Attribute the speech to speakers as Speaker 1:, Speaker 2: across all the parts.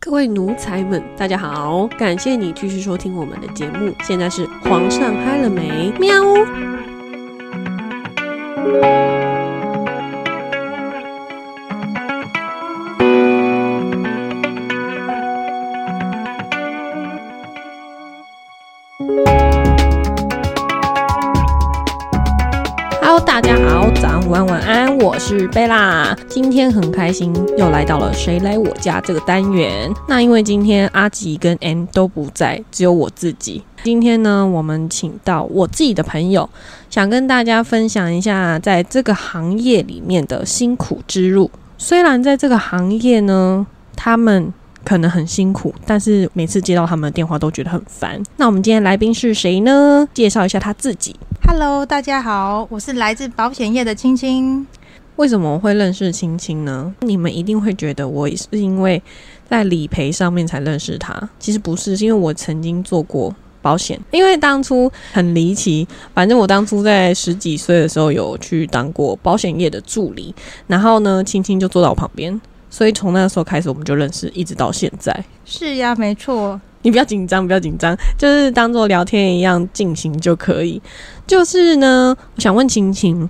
Speaker 1: 各位奴才们，大家好！感谢你继续收听我们的节目。现在是皇上嗨了没？喵！Hello，大家好，早安、午安、晚安，我是贝拉。今天很开心，又来到了“谁来我家”这个单元。那因为今天阿吉跟 N 都不在，只有我自己。今天呢，我们请到我自己的朋友，想跟大家分享一下在这个行业里面的辛苦之路。虽然在这个行业呢，他们可能很辛苦，但是每次接到他们的电话都觉得很烦。那我们今天来宾是谁呢？介绍一下他自己。
Speaker 2: Hello，大家好，我是来自保险业的青青。
Speaker 1: 为什么会认识青青呢？你们一定会觉得我是因为在理赔上面才认识他，其实不是，是因为我曾经做过保险。因为当初很离奇，反正我当初在十几岁的时候有去当过保险业的助理，然后呢，青青就坐到我旁边，所以从那时候开始我们就认识，一直到现在。
Speaker 2: 是呀，没错，
Speaker 1: 你不要紧张，不要紧张，就是当做聊天一样进行就可以。就是呢，我想问晴晴，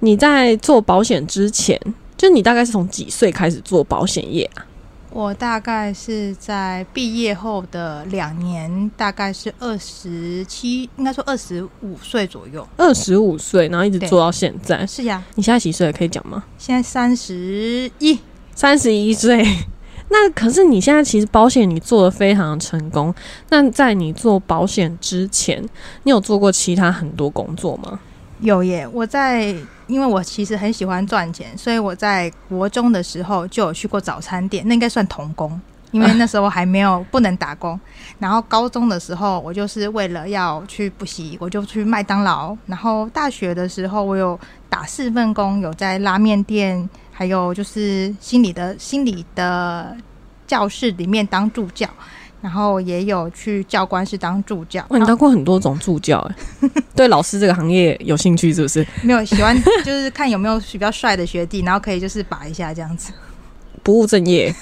Speaker 1: 你在做保险之前，就你大概是从几岁开始做保险业啊？
Speaker 2: 我大概是在毕业后的两年，大概是二十七，应该说二十五岁左右。
Speaker 1: 二十五岁，然后一直做到现在。
Speaker 2: 是呀，
Speaker 1: 你现在几岁了？可以讲吗？
Speaker 2: 现在三十一，
Speaker 1: 三十一岁。 那可是你现在其实保险你做的非常成功。那在你做保险之前，你有做过其他很多工作吗？
Speaker 2: 有耶！我在，因为我其实很喜欢赚钱，所以我在国中的时候就有去过早餐店，那应该算童工，因为那时候还没有不能打工。然后高中的时候，我就是为了要去补习，我就去麦当劳。然后大学的时候，我有打四份工，有在拉面店，还有就是心理的心理的教室里面当助教，然后也有去教官室当助教。
Speaker 1: 哇，你当过很多种助教哎、对老师这个行业有兴趣是不是？
Speaker 2: 没有喜欢，就是看有没有比较帅的学弟，然后可以就是把一下这样子。
Speaker 1: 不务正业，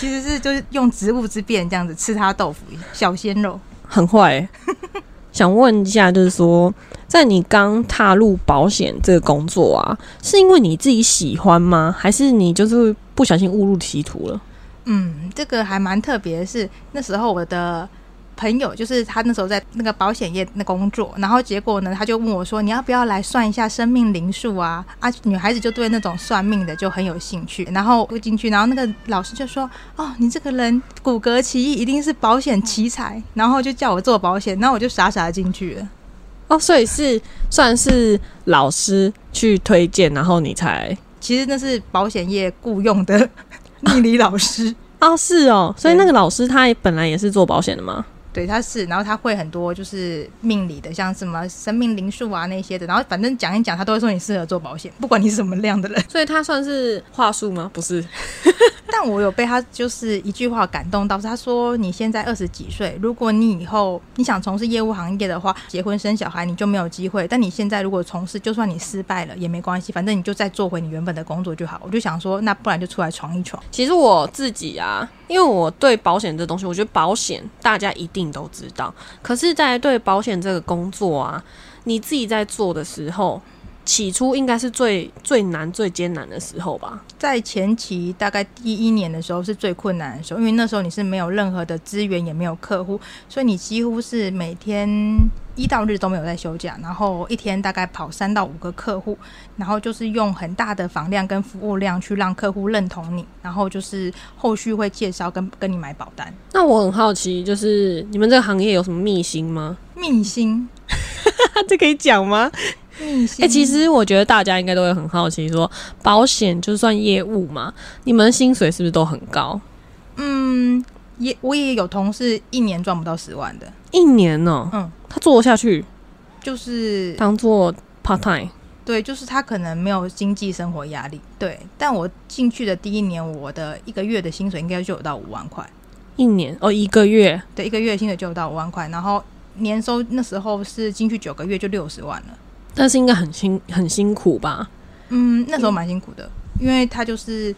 Speaker 2: 其实是就是用职务之便这样子吃他豆腐，小鲜肉。
Speaker 1: 很坏 欸、想问一下，就是说，在你刚踏入保险这个工作啊，是因为你自己喜欢吗？还是你就是不小心误入歧途了？
Speaker 2: 嗯，这个还蛮特别的是，那时候我的朋友就是他那时候在那个保险业那工作，然后结果呢，他就问我说：“你要不要来算一下生命灵数啊？”啊，女孩子就对那种算命的就很有兴趣。然后我进去，然后那个老师就说：“哦，你这个人骨骼奇异，一定是保险奇才。”然后就叫我做保险，然后我就傻傻的进去了。
Speaker 1: 哦，所以是算是老师去推荐，然后你才
Speaker 2: 其实那是保险业雇佣的 命理老师，
Speaker 1: 哦，是哦，所以
Speaker 2: 对
Speaker 1: 那个老师他也本来也是做保险的吗？
Speaker 2: 对，他是，然后他会很多就是命理的，像什么生命灵数啊那些的，然后反正讲一讲，他都会说你适合做保险，不管你是什么样的人。
Speaker 1: 所以他算是话术吗？不是，
Speaker 2: 但我有被他就是一句话感动到，他说你现在二十几岁，如果你以后你想从事业务行业的话，结婚生小孩你就没有机会，但你现在如果从事，就算你失败了也没关系，反正你就再做回你原本的工作就好。我就想说，那不然就出来闯一闯。
Speaker 1: 其实我自己啊，因为我对保险这东西，我觉得保险大家一定都知道，可是，在对保险这个工作啊，你自己在做的时候，起初应该是最最难、最艰难的时候吧？
Speaker 2: 在前期大概第一年的时候是最困难的时候，因为那时候你是没有任何的资源，也没有客户，所以你几乎是每天一到日都没有在休假，然后一天大概跑三到五个客户，然后就是用很大的房量跟服务量去让客户认同你，然后就是后续会介绍跟跟你买保单。
Speaker 1: 那我很好奇，就是你们这个行业有什么秘辛吗？
Speaker 2: 秘辛，
Speaker 1: 这可以讲吗？
Speaker 2: 秘
Speaker 1: 哎、
Speaker 2: 辛，
Speaker 1: 其实我觉得大家应该都会很好奇说保险就算业务嘛，你们薪水是不是都很高？
Speaker 2: 嗯，也我也有同事一年赚不到十万的，
Speaker 1: 一年哦、
Speaker 2: 嗯，
Speaker 1: 他做得下去，
Speaker 2: 就是
Speaker 1: 当做 part time。
Speaker 2: 对，就是他可能没有经济生活压力。对，但我进去的第一年，我的一个月的薪水应该就有到五万块。
Speaker 1: 一年哦，一个月，
Speaker 2: 对，一个月的薪水就有到五万块，然后年收那时候是进去九个月就六十万了。
Speaker 1: 但是应该很辛很辛苦吧？
Speaker 2: 嗯，那时候蛮辛苦的，因为他就是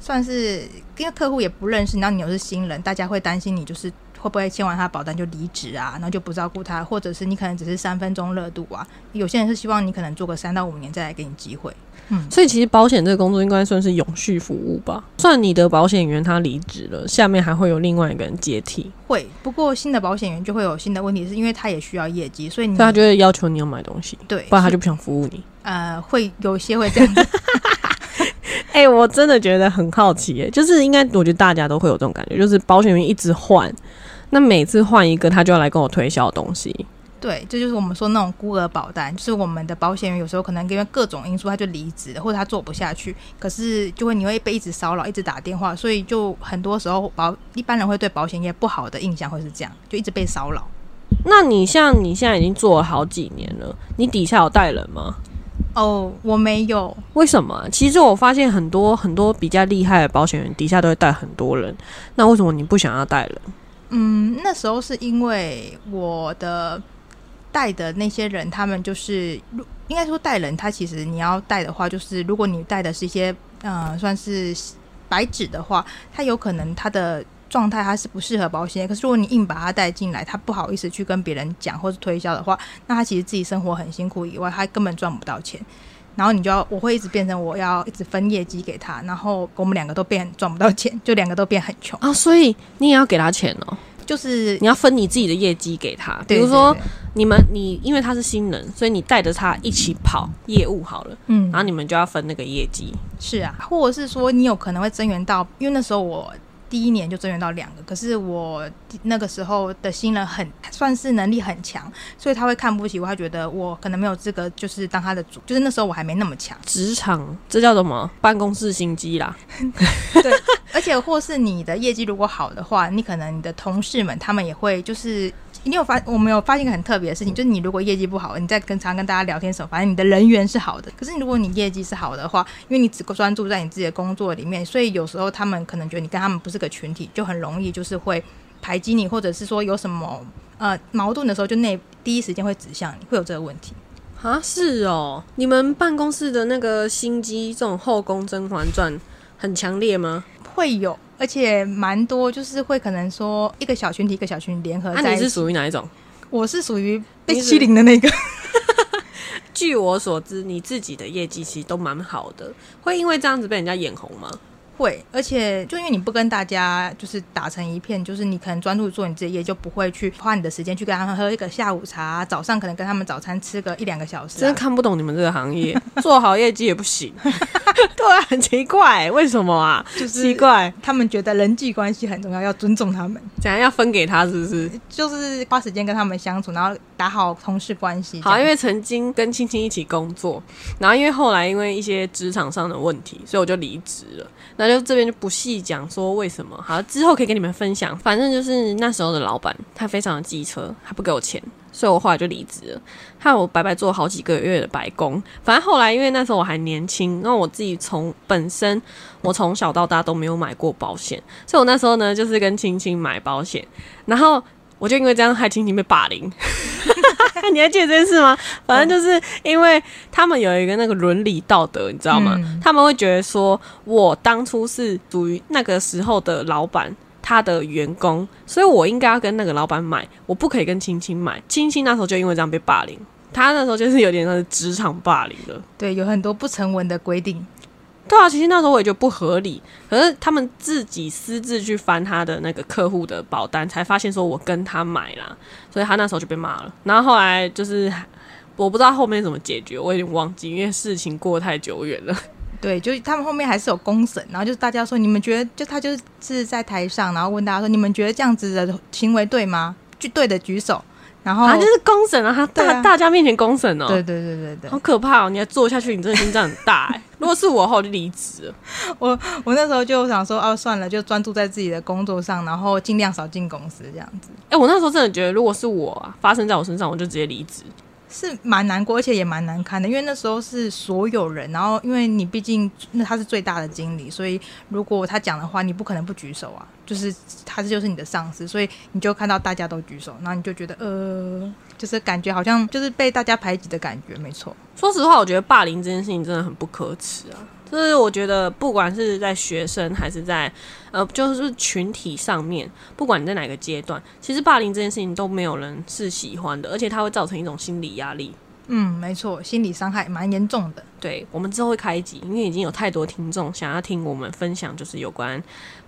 Speaker 2: 算是因为客户也不认识，然后你又是新人，大家会担心你就是会不会签完他的保单就离职啊，然后就不照顾他，或者是你可能只是三分钟热度啊。有些人是希望你可能做个三到五年再来给你机会。嗯，
Speaker 1: 所以其实保险这个工作应该算是永续服务吧。算你的保险员他离职了，下面还会有另外一个人接替，
Speaker 2: 会。不过新的保险员就会有新的问题，是因为他也需要业绩，所以你
Speaker 1: 所以他啊就会要求你要买东西，
Speaker 2: 对，
Speaker 1: 不然他就不想服务你。
Speaker 2: 呃会有些会这样子。
Speaker 1: 哎、我真的觉得很好奇、耶，就是应该我觉得大家都会有这种感觉，就是保险员一直换，那每次换一个他就要来跟我推销东西，
Speaker 2: 对，这就是我们说那种孤儿保单，就是我们的保险员有时候可能因为各种因素他就离职了，或者他做不下去，可是就会你会被一直骚扰，一直打电话，所以就很多时候保一般人会对保险业不好的印象会是这样，就一直被骚扰。
Speaker 1: 那你像你现在已经做了好几年了，你底下有带人吗？
Speaker 2: 哦，我没有，
Speaker 1: 为什么？其实我发现很多很多比较厉害的保险员底下都会带很多人，那为什么你不想要带人？
Speaker 2: 嗯，那时候是因为我的带的那些人，他们就是如应该说带人，他其实你要带的话，就是如果你带的是一些呃算是白纸的话，他有可能他的。状态他是不适合保险业，可是如果你硬把他带进来，他不好意思去跟别人讲或是推销的话，那他其实自己生活很辛苦以外，他根本赚不到钱。然后你就要，我会一直变成我要一直分业绩给他，然后我们两个都变赚不到钱，就两个都变很穷，
Speaker 1: 啊，所以你也要给他钱哦、
Speaker 2: 就是
Speaker 1: 你要分你自己的业绩给他。比
Speaker 2: 对
Speaker 1: 如说
Speaker 2: 对对
Speaker 1: 你们你因为他是新人，所以你带着他一起跑业务好了，
Speaker 2: 嗯
Speaker 1: 然后你们就要分那个业绩。
Speaker 2: 是啊，或者是说你有可能会增援到，因为那时候我第一年就增援到两个，可是我那个时候的新人很算是能力很强，所以他会看不起我，他觉得我可能没有资格就是当他的主，就是那时候我还没那么强，
Speaker 1: 职场这叫什么？办公室心机啦。
Speaker 2: 而且或是你的业绩如果好的话，你可能你的同事们他们也会就是。你有发，我们有发现一个很特别的事情，就是你如果业绩不好，你在跟常跟大家聊天什么，反正你的人缘是好的。可是如果你业绩是好的话，因为你只专注在你自己的工作里面，所以有时候他们可能觉得你跟他们不是个群体，就很容易就是会排挤你，或者是说有什么呃矛盾的时候，就那第一时间会指向你，会有这个问题。
Speaker 1: 啊，是哦，你们办公室的那个心机，这种后宫《甄嬛传》很强烈吗？
Speaker 2: 会有，而且蛮多，就是会可能说一个小群体一个小群体联合
Speaker 1: 那、
Speaker 2: 在
Speaker 1: 啊你
Speaker 2: 一起。
Speaker 1: 是属于哪一种？
Speaker 2: 我是属于
Speaker 1: 你
Speaker 2: 被
Speaker 1: 是
Speaker 2: 欺凌的那 个。
Speaker 1: 据我所知，你自己的业绩其实都蛮好的，会因为这样子被人家眼红吗？
Speaker 2: 会，而且就因为你不跟大家就是打成一片，就是你可能专注做你自己的业，就不会去花你的时间去跟他们喝一个下午茶，早上可能跟他们早餐吃个一两个小时、
Speaker 1: 真
Speaker 2: 啊
Speaker 1: 的。看不懂你们这个行业， 做好业绩也不行。 对啊，很奇怪，为什么啊？
Speaker 2: 就是
Speaker 1: 奇怪，
Speaker 2: 他们觉得人际关系很重要，要尊重他们，
Speaker 1: 怎样要分给他是不是？
Speaker 2: 就是花时间跟他们相处，然后打好同事关系这样。
Speaker 1: 好，因为曾经跟青青一起工作，然后因为后来因为一些职场上的问题，所以我就离职了。那就这边就不细讲说为什么，好，之后可以跟你们分享。反正就是那时候的老板他非常的机车，他不给我钱，所以我后来就离职了，害我白白做好几个月的白工。反正后来因为那时候我还年轻，那我自己从本身我从小到大都没有买过保险，所以我那时候呢就是跟青青买保险，然后。我就因为这样害青青被霸凌， 你还记得这件事吗？反正就是因为他们有一个那个伦理道德，你知道吗？
Speaker 2: 嗯
Speaker 1: 他们会觉得说我当初是属于那个时候的老板。他的员工，所以我应该要跟那个老板买，我不可以跟青青买。青青那时候就因为这样被霸凌，他那时候就是有点像是职场霸凌了。
Speaker 2: 对有很多不成文的规定，
Speaker 1: 对啊，其实那时候我也觉得不合理，可是他们自己私自去翻他的那个客户的保单，才发现说我跟他买啦，所以他那时候就被骂了。然后后来就是我不知道后面怎么解决，我有点忘记，因为事情过得太久远了。
Speaker 2: 对，就是他们后面还是有公审，然后就是大家说，你们觉得就他就是在台上，然后问大家说，你们觉得这样子的行为对吗？就对的举手，然后、
Speaker 1: 啊，就是公审啊，他
Speaker 2: 哦对
Speaker 1: 大、
Speaker 2: 啊
Speaker 1: 大家面前公审哦、
Speaker 2: 对对对对对
Speaker 1: 好，可怕哦、你还做下去，你真的心脏很大哎、如果是我的话，我就离职了。
Speaker 2: 我那时候就想说，哦、算了，就专注在自己的工作上，然后尽量少进公司，这样子
Speaker 1: 哎、我那时候真的觉得，如果是我啊，发生在我身上，我就直接离职。
Speaker 2: 是蛮难过，而且也蛮难堪的，因为那时候是所有人，然后因为你毕竟那他是最大的经理，所以如果他讲的话，你不可能不举手啊，就是他这就是你的上司，所以你就看到大家都举手，然后你就觉得呃，就是感觉好像就是被大家排挤的感觉，没错。
Speaker 1: 说实话，我觉得霸凌这件事情真的很不可耻啊。就是我觉得，不管是在学生还是在呃，就是群体上面，不管你在哪个阶段，其实霸凌这件事情都没有人是喜欢的，而且它会造成一种心理压力。
Speaker 2: 嗯，没错，心理伤害蛮严重的。
Speaker 1: 对我们之后会开一集，因为已经有太多听众想要听我们分享，就是有关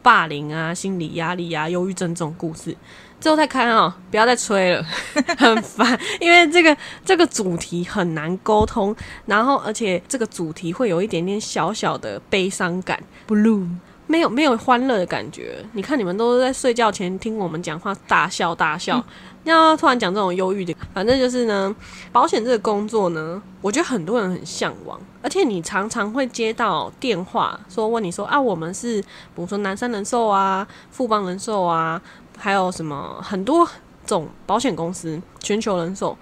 Speaker 1: 霸凌啊、心理压力啊、忧郁症这种故事。之后再看哦，不要再吹了， 很烦，因为这个这个主题很难沟通，然后而且这个主题会有一点点小小的悲伤感，
Speaker 2: Blue，
Speaker 1: 没有没有欢乐的感觉。你看你们都是在睡觉前听我们讲话大笑大笑，要、突然讲这种忧郁的，反正就是呢，保险这个工作呢，我觉得很多人很向往，而且你常常会接到电话说问你说啊，我们是比如说南山人寿啊、富邦人寿啊，还有什么很多种保险公司、全球人寿。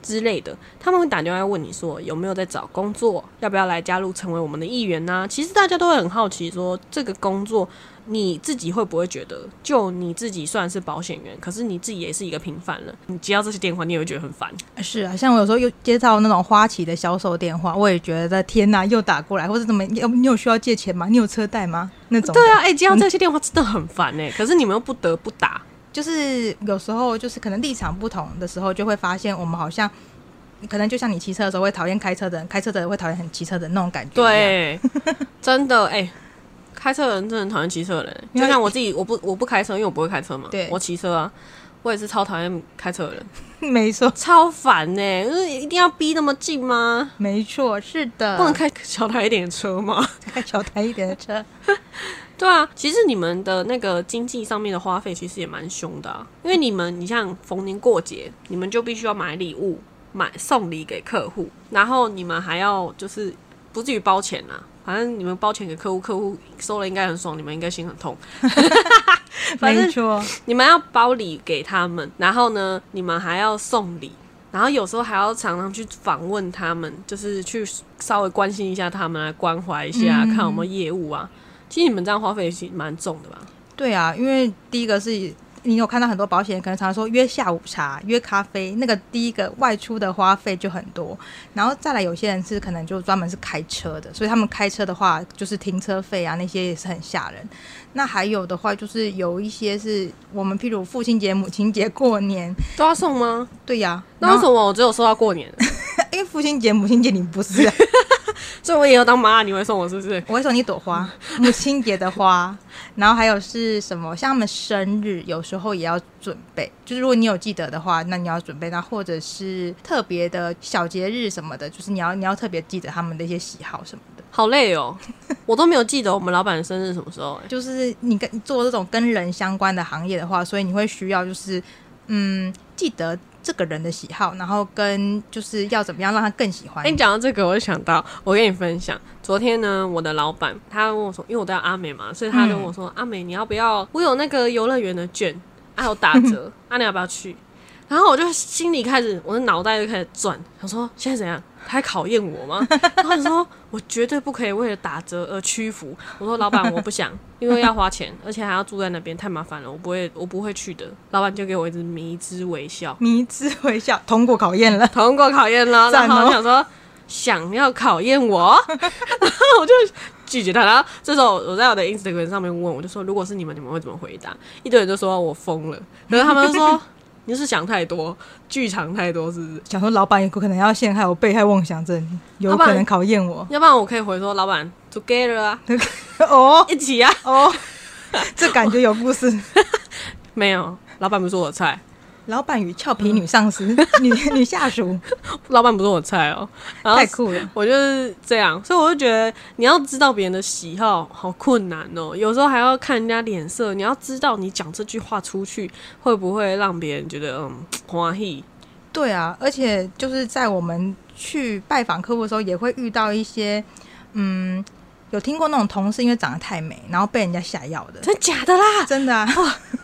Speaker 1: 之类的，他们会打电话问你说有没有在找工作，要不要来加入成为我们的一员呢、其实大家都会很好奇说这个工作你自己会不会觉得，就你自己算是保险员，可是你自己也是一个平凡人，你接到这些电话，你也会觉得很烦。
Speaker 2: 是啊，像我有时候又接到那种花旗的销售电话，我也觉得天哪，又打过来，或者怎么，要你有需要借钱吗？你有车贷吗？那种的
Speaker 1: 对啊，哎、接到这些电话真的很烦哎、可是你们又不得不打。
Speaker 2: 就是有时候就是可能立场不同的时候，就会发现我们好像。可能就像你骑车的时候会讨厌开车的人，开车的人会讨厌很骑车的那种感觉。，
Speaker 1: 对，真的哎、开车的人真的很讨厌骑车的人，欸
Speaker 2: 因为
Speaker 1: 就像我自己，我不我不开车，因为我不会开车嘛，
Speaker 2: 对
Speaker 1: 我骑车啊，我也是超讨厌开车的人。
Speaker 2: 没错，
Speaker 1: 超烦呢、就是一定要逼那么近吗？
Speaker 2: 没错，是的。
Speaker 1: 不能开小台一点的车吗？
Speaker 2: 开小台一点的车，
Speaker 1: 对啊，其实你们的那个经济上面的花费其实也蛮凶的啊、因为你们，你像逢年过节，你们就必须要买礼物，买送礼给客户，然后你们还要就是不至于包钱啊，反正你们包钱给客户，客户收了应该很爽，你们应该心很痛。反正
Speaker 2: 没错，
Speaker 1: 你们要包礼给他们，然后呢，你们还要送礼，然后有时候还要常常去访问他们，就是去稍微关心一下他们，来关怀一下，看有没有业务啊。其实你们这样花费其实蛮重的吧？
Speaker 2: 对啊，因为第一个是你有看到很多保险可能常常说约下午茶、约咖啡，那个第一个外出的花费就很多，然后再来有些人是可能就专门是开车的，所以他们开车的话就是停车费啊那些也是很吓人。那还有的话就是有一些是我们譬如父亲节、母亲节、过年，
Speaker 1: 都要送吗？
Speaker 2: 对呀、
Speaker 1: 那为
Speaker 2: 然
Speaker 1: 什
Speaker 2: 后
Speaker 1: 么我只有收到过年？
Speaker 2: 因为父亲节、母亲节你不是、啊，
Speaker 1: 所以我也要当妈，你会送我是不是？
Speaker 2: 我会送你一 朵花，母亲节的花，然后还有是什么？像他们生日，有时候也要准备。就是如果你有记得的话，那你要准备。那或者是特别的小节日什么的，就是你要你要特别记得他们的一些喜好什么的。
Speaker 1: 好累哦，我都没有记得我们老板的生日什么时候、欸。
Speaker 2: 就是你跟你做这种跟人相关的行业的话，所以你会需要就是嗯记得这个人的喜好，然后跟就是要怎么样让他更喜欢
Speaker 1: 哎、
Speaker 2: 你。
Speaker 1: 你讲到这个，我就想到，我跟你分享，昨天呢，我的老板他问我说，因为我都要阿美嘛，所以他就问我说，阿美你要不要？我有那个游乐园的券，还、有打折，啊你要不要去？然后我就心里开始，我的脑袋就开始转，想说现在怎样？他还考验我吗？然后我就说，我绝对不可以为了打折而屈服。我说老板，我不想，因为要花钱，而且还要住在那边，太麻烦了，我不会，我不会去的。老板就给我一直迷之微笑。
Speaker 2: 迷之微笑，通过考验了。
Speaker 1: 通过考验了，
Speaker 2: 赞
Speaker 1: 然
Speaker 2: 哦
Speaker 1: 后我想说想要考验 我，然后我就拒绝他。然后这时候我在我的 Instagram 上面问，我就说如果是你们，你们会怎么回答？一堆人就说我疯了，然后他们就 说你是想太多，剧场太多是不是？
Speaker 2: 想说老板有可能要陷害我被害妄想症，有
Speaker 1: 老板
Speaker 2: 可能考验我。
Speaker 1: 要不然我可以回说老板 together 啊，
Speaker 2: 哦
Speaker 1: 一起啊，
Speaker 2: 哦， 这感觉有故事。
Speaker 1: 没有。老板不是我的菜，
Speaker 2: 老板与俏皮女上 司、女女下属，
Speaker 1: 老板不是我的菜哦、然后
Speaker 2: 太酷了。
Speaker 1: 我就是这样，所以我就觉得你要知道别人的喜好好困难哦、有时候还要看人家脸色，你要知道你讲这句话出去会不会让别人觉得嗯欢喜。
Speaker 2: 对啊，而且就是在我们去拜访客户的时候，也会遇到一些，嗯，有听过那种同事因为长得太美，然后被人家下药的，，
Speaker 1: 真假的啦
Speaker 2: 真的啊。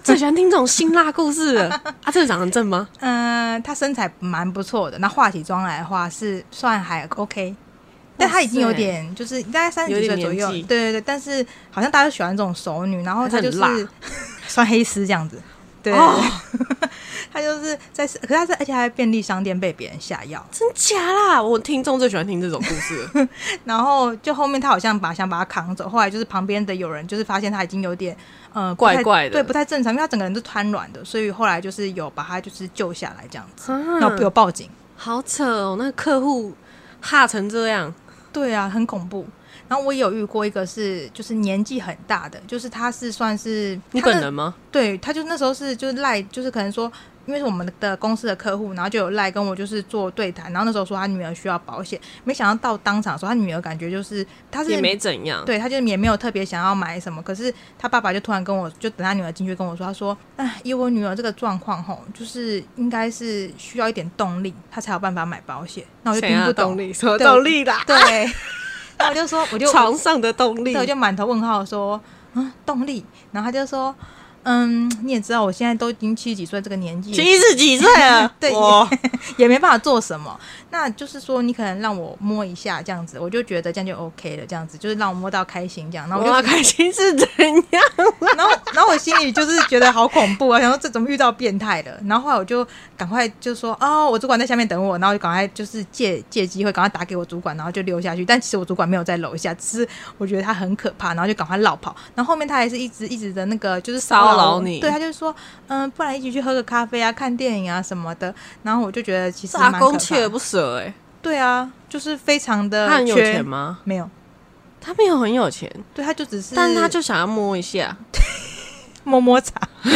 Speaker 1: 最喜欢听这种辛辣故事了啊！这个长得正吗？
Speaker 2: 嗯、她身材蛮不错的，那化起妆来的话是算还 OK。但她已经有点，就是大概三十几
Speaker 1: 有
Speaker 2: 岁
Speaker 1: 点
Speaker 2: 左
Speaker 1: 年
Speaker 2: 右，对
Speaker 1: 纪
Speaker 2: 对对。但是好像大家都喜欢这种熟女，然后她
Speaker 1: 还是
Speaker 2: 就
Speaker 1: 很
Speaker 2: 是穿黑丝这样子，对，
Speaker 1: 哦
Speaker 2: 他就是在，可是他是而且还在便利商店被别人下药，
Speaker 1: 真假啦？我听众最喜欢听这种故 事了，
Speaker 2: 然后就后面他好像把想把他扛走，后来就是旁边的有人就是发现他已经有点呃不太
Speaker 1: 怪怪的
Speaker 2: 对，不太正常，因为他整个人是瘫软的，所以后来就是有把他就是救下来这样子，然后有
Speaker 1: 啊，
Speaker 2: 报警，
Speaker 1: 好扯哦！那客户吓成这样，
Speaker 2: 对啊，很恐怖。然后我也有遇过一个是就是年纪很大的，就是他是算是
Speaker 1: 你
Speaker 2: 他的
Speaker 1: 本人吗？
Speaker 2: 对，他就那时候是就是赖，就是可能说，因为是我们的公司的客户，然后就有赖跟我就是做对谈，然后那时候说他女儿需要保险，没想到到当场的时候，他女儿感觉就是他是
Speaker 1: 也没怎样，
Speaker 2: 对，他就也没有特别想要买什么，可是他爸爸就突然跟我就等他女儿进去跟我说，他说，哎，以我女儿这个状况吼，就是应该是需要一点动力，她才有办法买保险，那我就
Speaker 1: 谁
Speaker 2: 听
Speaker 1: 啊
Speaker 2: 不
Speaker 1: 动
Speaker 2: 懂，
Speaker 1: 力什么
Speaker 2: 对
Speaker 1: 动力 啦？
Speaker 2: 对， 那我就说我就
Speaker 1: 床上的动力
Speaker 2: 对，我就满头问号说，嗯，动力，然后他就说，嗯，你也知道我现在都已经七十几岁这个年纪了，
Speaker 1: 七十几岁了，
Speaker 2: 对
Speaker 1: 哇
Speaker 2: 也没办法做什么。那就是说，你可能让我摸一下这样子，我就觉得这样就 OK 了，这样子就是让我摸到开心这样。然后我
Speaker 1: 我
Speaker 2: 就，
Speaker 1: 开心是怎样？
Speaker 2: 然后，然后我心里就是觉得好恐怖啊，想说这怎么遇到变态了？然后后来我就赶快就说，哦，我主管在下面等我，然后就赶快就是借借机会赶快打给我主管，然后就溜下去。但其实我主管没有在楼下，只是我觉得他很可怕，然后就赶快绕跑。然后后面他还是一直一直的那个就是
Speaker 1: 骚扰
Speaker 2: 我
Speaker 1: 你
Speaker 2: 对，他就说，嗯，不然一起去喝个咖啡啊，看电影啊什么的。然后我就觉得其实蛮
Speaker 1: 打
Speaker 2: 可
Speaker 1: 工
Speaker 2: 怕
Speaker 1: 锲而不舍哎、
Speaker 2: 对啊，就是非常的
Speaker 1: 他很有
Speaker 2: 缺
Speaker 1: 钱？吗？
Speaker 2: 没有，
Speaker 1: 呃他没有很有钱，
Speaker 2: 对，他就只是，
Speaker 1: 但他就想要摸一下。
Speaker 2: 摸摸茶。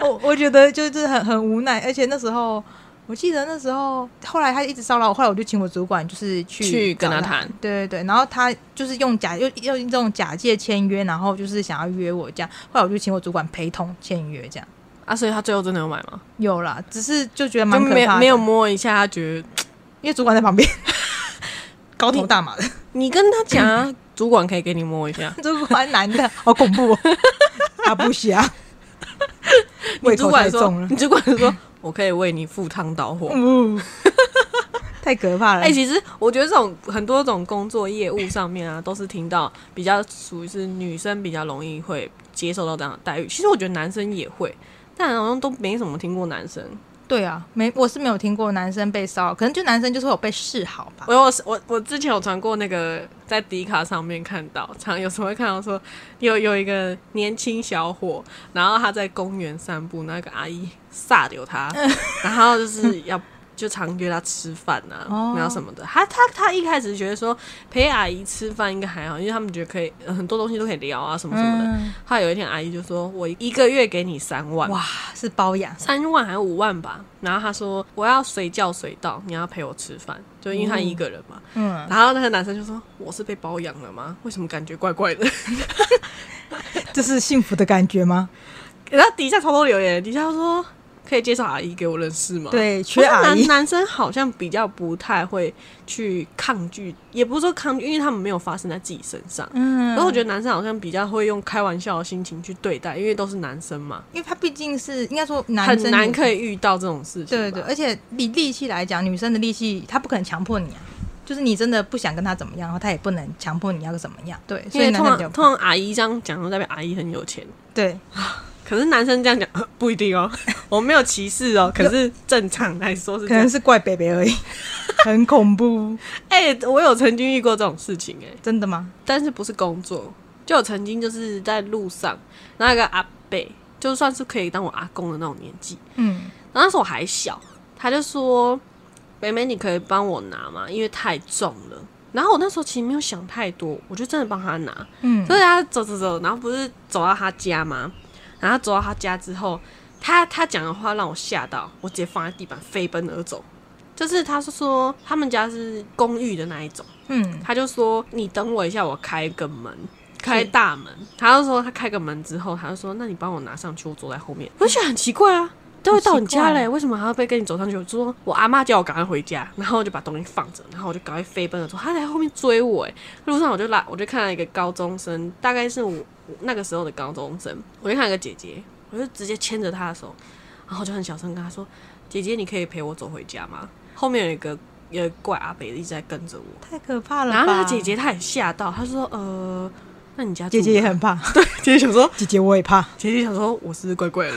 Speaker 2: 我我觉得就是很很无奈，而且那时候我记得那时候后来他一直骚扰我，后来我就请我主管就是去
Speaker 1: 去跟
Speaker 2: 找
Speaker 1: 他
Speaker 2: 他
Speaker 1: 谈，
Speaker 2: 对对对，然后他就是用假又又用这种假借签约，然后就是想要约我这样，后来我就请我主管陪同签约这样。
Speaker 1: 啊，所以他最后真的有买吗？
Speaker 2: 有啦，只是就觉得
Speaker 1: 就
Speaker 2: 蛮可
Speaker 1: 没
Speaker 2: 怕的，
Speaker 1: 没有，摸一下，他觉得
Speaker 2: 因为主管 在旁边高头大马的，
Speaker 1: 你跟他讲 啊，主管可以给你摸一下。
Speaker 2: 主管男的好恐 怖、哦，阿布西啊，
Speaker 1: 你
Speaker 2: 胃
Speaker 1: 主
Speaker 2: 口
Speaker 1: 管
Speaker 2: 太
Speaker 1: 说
Speaker 2: 重了，，
Speaker 1: 你主管说，我可以为你赴汤蹈火。
Speaker 2: 嗯， 太可怕了。
Speaker 1: 哎、其实我觉得这种很多种工作业务上面啊，都是听到比较属于是女生比较容易会接受到这样的待遇。其实我觉得男生也会，但好像都没什么听过男生。
Speaker 2: 对啊，没，我是没有听过男生被骚扰，可能就男生就是会有被示好吧。
Speaker 1: 我有我我之前有传过那个在迪卡上面看到，常有时候会看到说有有一个年轻小伙，然后他在公园散步，那个阿姨撒流他，
Speaker 2: 嗯
Speaker 1: 然后就是要就常约他吃饭啊，
Speaker 2: 哦
Speaker 1: 然后什么的。他他他一开始觉得说陪阿姨吃饭应该还好，因为他们觉得可以呃很多东西都可以聊啊什么什么的。
Speaker 2: 嗯，
Speaker 1: 后来有一天阿姨就说：“我一个月给你三万。”
Speaker 2: 哇，是包养，
Speaker 1: 三万还是五万吧，然后他说我要随叫随到，你要陪我吃饭，就因为
Speaker 2: 哦
Speaker 1: 他一个人嘛。
Speaker 2: 嗯，
Speaker 1: 然后那个男生就说：“我是被包养了吗？为什么感觉怪怪的
Speaker 2: 这是幸福的感觉吗？？”
Speaker 1: 然后底下超多留言，底下说：“可以介绍阿姨给我认识吗？”，
Speaker 2: 对，
Speaker 1: 其
Speaker 2: 缺
Speaker 1: 实
Speaker 2: 阿姨
Speaker 1: 男，男生好像比较不太会去抗拒，也不是说抗拒，因为他们没有发生在自己身上。
Speaker 2: 嗯
Speaker 1: 然后我觉得男生好像比较会用开玩笑的心情去对待，因为都是男生嘛，
Speaker 2: 因为他毕竟是应该说男生
Speaker 1: 很难
Speaker 2: 也
Speaker 1: 可以遇到这种事情。
Speaker 2: 对对对，，而且以力气来讲，女生的力气她不可能强迫你啊，就是你真的不想跟她怎么样，然后她也不能强迫你要怎么样，对，所
Speaker 1: 因
Speaker 2: 以
Speaker 1: 为
Speaker 2: 男
Speaker 1: 通
Speaker 2: 生
Speaker 1: 常
Speaker 2: 比较
Speaker 1: 通常阿姨这样讲，都代表阿姨很有钱。
Speaker 2: 对，
Speaker 1: 可是男生这样讲 呃不一定哦，我没有歧视哦。可是正常来说是
Speaker 2: 可
Speaker 1: 这样
Speaker 2: 能。是怪北北 而已，很恐怖，
Speaker 1: 哎、我有曾经遇过这种事情哎、
Speaker 2: 真的吗？
Speaker 1: 但是不是工作，就有曾经就是在路上，那个阿伯就算是可以当我阿公的那种年纪，
Speaker 2: 嗯，
Speaker 1: 然后那时候我还小，他就说：“妹妹，你可以帮我拿吗？因为太重了。”然后我那时候其实没有想太多，我就真的帮他拿。
Speaker 2: 嗯
Speaker 1: 所以他走走走，然后不是走到他家吗？然后走到他家之后，他他讲的话让我吓到，我直接放在地板飞奔而走。就是他是说他们家是公寓的那一种，
Speaker 2: 嗯，
Speaker 1: 他就说你等我一下，我开个门，开大门。他就说他开个门之后，他就说那你帮我拿上去，我坐在后面。我就觉得很奇怪啊，都会到你家嘞，为什么还要被跟你走上去？我就说我阿妈叫我赶快回家，然后我就把东西放着，然后我就赶快飞奔而走。他在后面追我，哎，路上我就拉，我就看到一个高中生，大概是我我那个时候的高中生，我就看到一个姐姐，我就直接牵着她的手，然后我就很小声跟她说：“姐姐，你可以陪我走回家吗？”后面有一个有一个怪阿北一直在跟着我。
Speaker 2: 太可怕了吧，
Speaker 1: 然后那个姐姐她很吓到，她说：“呃，那你家
Speaker 2: 姐姐也很怕， 对，
Speaker 1: 姐姐想说，
Speaker 2: 姐姐我也怕，
Speaker 1: 姐姐想说我是不是怪怪的，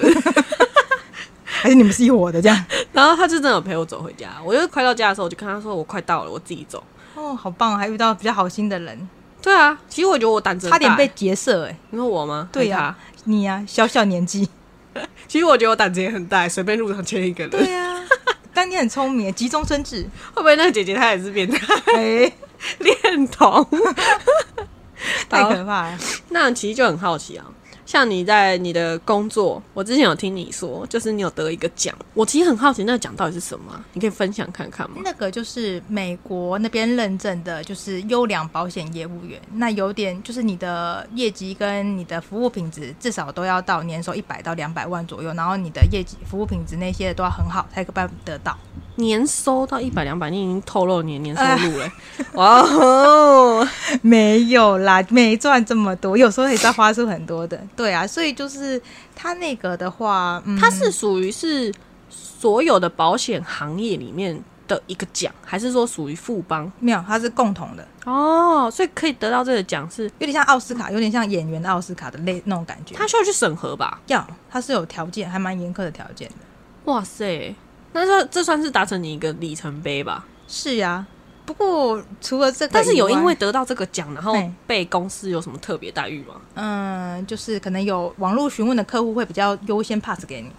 Speaker 2: 还是你们是一伙的这样？
Speaker 1: 然后她就真的有陪我走回家。我就快到家的时候，我就跟她说我快到了，我自己走。
Speaker 2: 哦，好棒哦，还遇到比较好心的人，
Speaker 1: 对啊，其实我觉得我胆子很
Speaker 2: 差
Speaker 1: 大
Speaker 2: 点被
Speaker 1: 欸
Speaker 2: 劫色哎、
Speaker 1: 你说我吗？
Speaker 2: 对呀、
Speaker 1: 呀、
Speaker 2: 你呀、小小年纪，
Speaker 1: 其实我觉得我胆子也很大欸，随便路上牵一个人，
Speaker 2: 对 呀、但你很聪明，急中生 智，
Speaker 1: 会不会那个姐姐她也是变态
Speaker 2: 哎、
Speaker 1: 恋童？
Speaker 2: 太可怕了。
Speaker 1: 那其实就很好奇啊，像你在你的工作，我之前有听你说，就是你有得一个奖，我其实很好奇那个奖到底是什么啊、你可以分享看看吗？
Speaker 2: 那个就是美国那边认证的，就是优良保险业务员。那有点就是你的业绩跟你的服务品质至少都要到年收一百到两百万左右，然后你的业绩、服务品质那些都要很好才可办得到。
Speaker 1: 年收到一百两百，你已经透露你的年收入了、哇哦！
Speaker 2: 没有啦，没赚这么多，有时候也是要花出很多的。对啊，所以就是他那个的话，嗯，
Speaker 1: 它是属于是所有的保险行业里面的一个奖，还是说属于富邦？
Speaker 2: 没有，他是共同的，啊
Speaker 1: 哦，所以可以得到这个奖是
Speaker 2: 有点像奥斯卡，有点像演员的奥斯卡的类那种感觉。
Speaker 1: 它需要去审核吧？
Speaker 2: 要，他是有条件，还蛮严苛的条件的。
Speaker 1: 哇塞，那这这算是达成你一个里程碑吧？
Speaker 2: 是呀、不过除了这个以外，
Speaker 1: 但是有因为得到这个奖，然后
Speaker 2: 嘿
Speaker 1: 被公司有什么特别待遇吗？
Speaker 2: 嗯，就是可能有网络询问的客户会比较优先 pass 给你，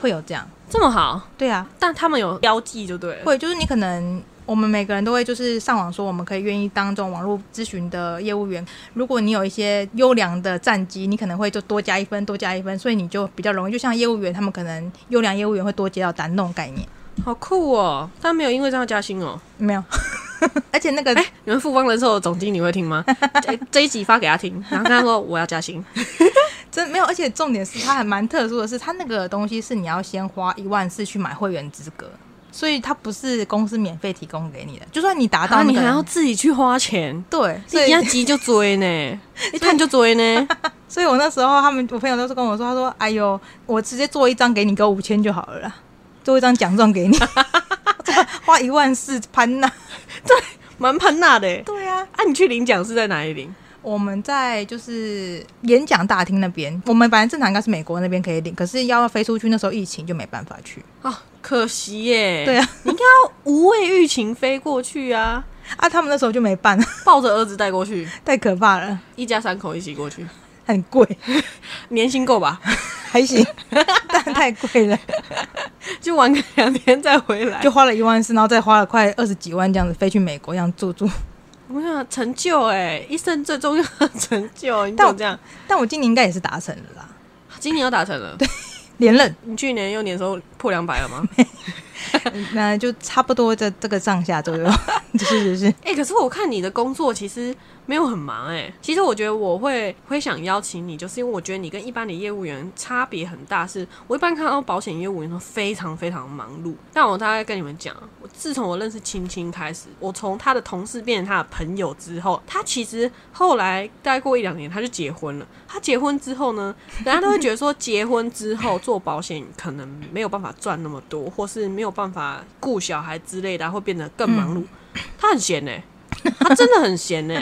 Speaker 2: 会有这样。
Speaker 1: 这么好，
Speaker 2: 对啊，
Speaker 1: 但他们有标记就对了。
Speaker 2: 会就是你可能我们每个人都会就是上网说我们可以愿意当这种网络咨询的业务员。如果你有一些优良的战绩，你可能会就多加一分，多加一分，所以你就比较容易。就像业务员，他们可能优良业务员会多接到单那种概念，
Speaker 1: 好酷哦！但没有因为这样加薪哦。
Speaker 2: 有 没有？而且那个
Speaker 1: 哎、你们富邦人寿的总经理会听吗？ 这这一集发给他 听，然后跟他说我要加薪。
Speaker 2: 真没有，而且重点是它还蛮特殊的是，它那个东西是你要先花一万四去买会员资格，所以它不是公司免费提供给你的，就算你达
Speaker 1: 然后
Speaker 2: 到那
Speaker 1: 啊你
Speaker 2: 个
Speaker 1: 还
Speaker 2: 人、
Speaker 1: 要自己去花钱，
Speaker 2: 对，所
Speaker 1: 你
Speaker 2: 以
Speaker 1: 要急就追 呢，一探就追呢。
Speaker 2: 所以我那时候他们我朋友都是跟我说，他说：“哎呦，我直接做一张给你，给我五千就好了啦，做一张奖状给你，花一万四潘娜。
Speaker 1: 蛮潘娜的”欸。
Speaker 2: 对啊，
Speaker 1: 啊，你去领奖是在哪里领？
Speaker 2: 我们在就是演讲大厅那边，我们本来正常应该是美国那边可以领，可是要飞出去，那时候疫情就没办法去
Speaker 1: 啊，可惜耶。
Speaker 2: 对啊，
Speaker 1: 你应该要无畏欲情飞过去啊，
Speaker 2: 啊，他们那时候就没办，
Speaker 1: 抱着儿子带过去，
Speaker 2: 太可怕了，
Speaker 1: 一家三口一起过去，
Speaker 2: 很贵。
Speaker 1: 年薪够吧？
Speaker 2: 还行， 但太贵了，
Speaker 1: 就玩个两天再回来
Speaker 2: 就。花了一万四，然后再花了快二十几万这样子飞去美国，这样住住。
Speaker 1: 我想成就哎、一生最重要的成就，你怎
Speaker 2: 但我
Speaker 1: 么这样？
Speaker 2: 但我今年应该也是达成了啦，
Speaker 1: 今年又达成了，对，
Speaker 2: 连任，
Speaker 1: 你去年又年收破两百了吗？
Speaker 2: 嗯 那就差不多这这个上下左右，就是就是
Speaker 1: 哎、可是我看你的工作其实没有很忙哎、其实我觉得我会会想邀请你，就是因为我觉得你跟一般的业务员差别很大是。我一般看到保险业务员都非常非常忙碌，但我大概跟你们讲，我自从我认识青青开始，我从他的同事变成他的朋友之后，他其实后来待过一两年他就结婚了。他结婚之后呢， 人家都会觉得说，结婚之后做保险可能没有办法赚那么多，或是没有办法顾小孩之类的啊，会变得更忙碌。他很闲呢、欸他真的很闲呢、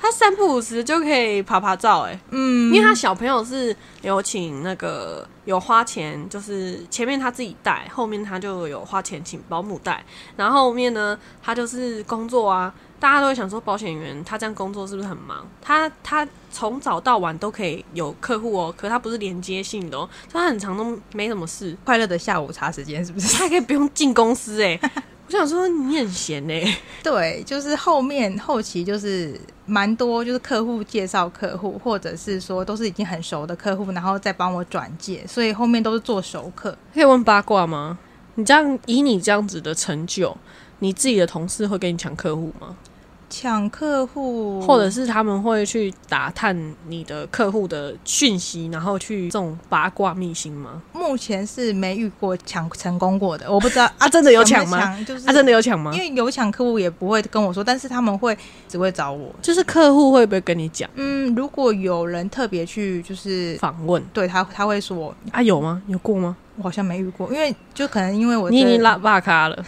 Speaker 1: 他三不五时就可以爬爬照哎、
Speaker 2: 嗯
Speaker 1: 因为他小朋友是有请那个有花钱，就是前面他自己带，后面他就有花钱请保姆带，然后后面呢，他就是工作啊，大家都会想说保险员他这样工作是不是很忙？他他从早到晚都可以有客户哦，可他不是连接性的哦，所以他很长都没什么事，
Speaker 2: 快乐的下午茶时间，是不是？
Speaker 1: 他还可以不用进公司哎、我想说你很闲呢、 欸
Speaker 2: 对，就是后面后期就是蛮多，就是客户介绍客户，或者是说都是已经很熟的客户，然后再帮我转介，所以后面都是做熟客。
Speaker 1: 可以问八卦吗？你这样以你这样子的成就，你自己的同事会跟你抢客户吗？
Speaker 2: 抢客户，
Speaker 1: 或者是他们会去打探你的客户的讯息，然后去这种八卦秘辛吗？
Speaker 2: 目前是没遇过抢成功过的，我不知道
Speaker 1: 啊真的有
Speaker 2: 没有
Speaker 1: 抢吗
Speaker 2: 抢？就是、
Speaker 1: 啊，真的有抢吗
Speaker 2: 因？为有抢客户也不会跟我说，但是他们会只会找我。
Speaker 1: 就是客户会不会跟你讲
Speaker 2: 嗯，如果有人特别去，就是
Speaker 1: 访问
Speaker 2: 对他他会说，
Speaker 1: 啊？有吗？有过吗？
Speaker 2: 我好像没遇过，因为就可能因为我
Speaker 1: 你已
Speaker 2: 这
Speaker 1: 经拉八咖了，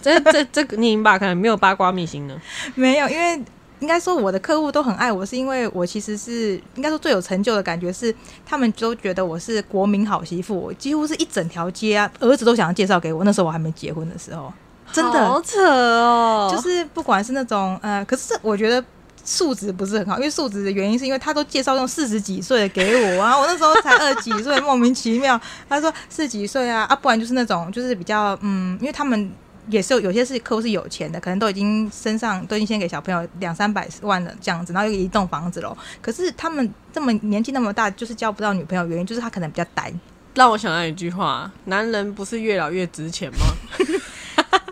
Speaker 1: 这这这个你已经八咖了，没有八卦秘辛了。
Speaker 2: 没有，因为应该说我的客户都很爱我，是因为我其实是应该说最有成就的感觉是，他们都觉得我是国民好媳妇，我几乎是一整条街啊，儿子都想要介绍给我。那时候我还没结婚的时候，真的
Speaker 1: 好扯哦，
Speaker 2: 就是不管是那种呃，可是我觉得。素质不是很好，因为素质的原因是因为他都介绍用四十几岁的给我啊，我那时候才二十几岁，莫名其妙。他说四十几岁啊，啊，不然就是那种就是比较嗯，因为他们也是有有些是客户是有钱的，可能都已经身上都已经先给小朋友两三百万了这样子，然后又一栋房子喽。可是他们这么年纪那么大，就是交不到女朋友，原因就是他可能比较呆，
Speaker 1: 让我想到一句话：男人不是越老越值钱吗？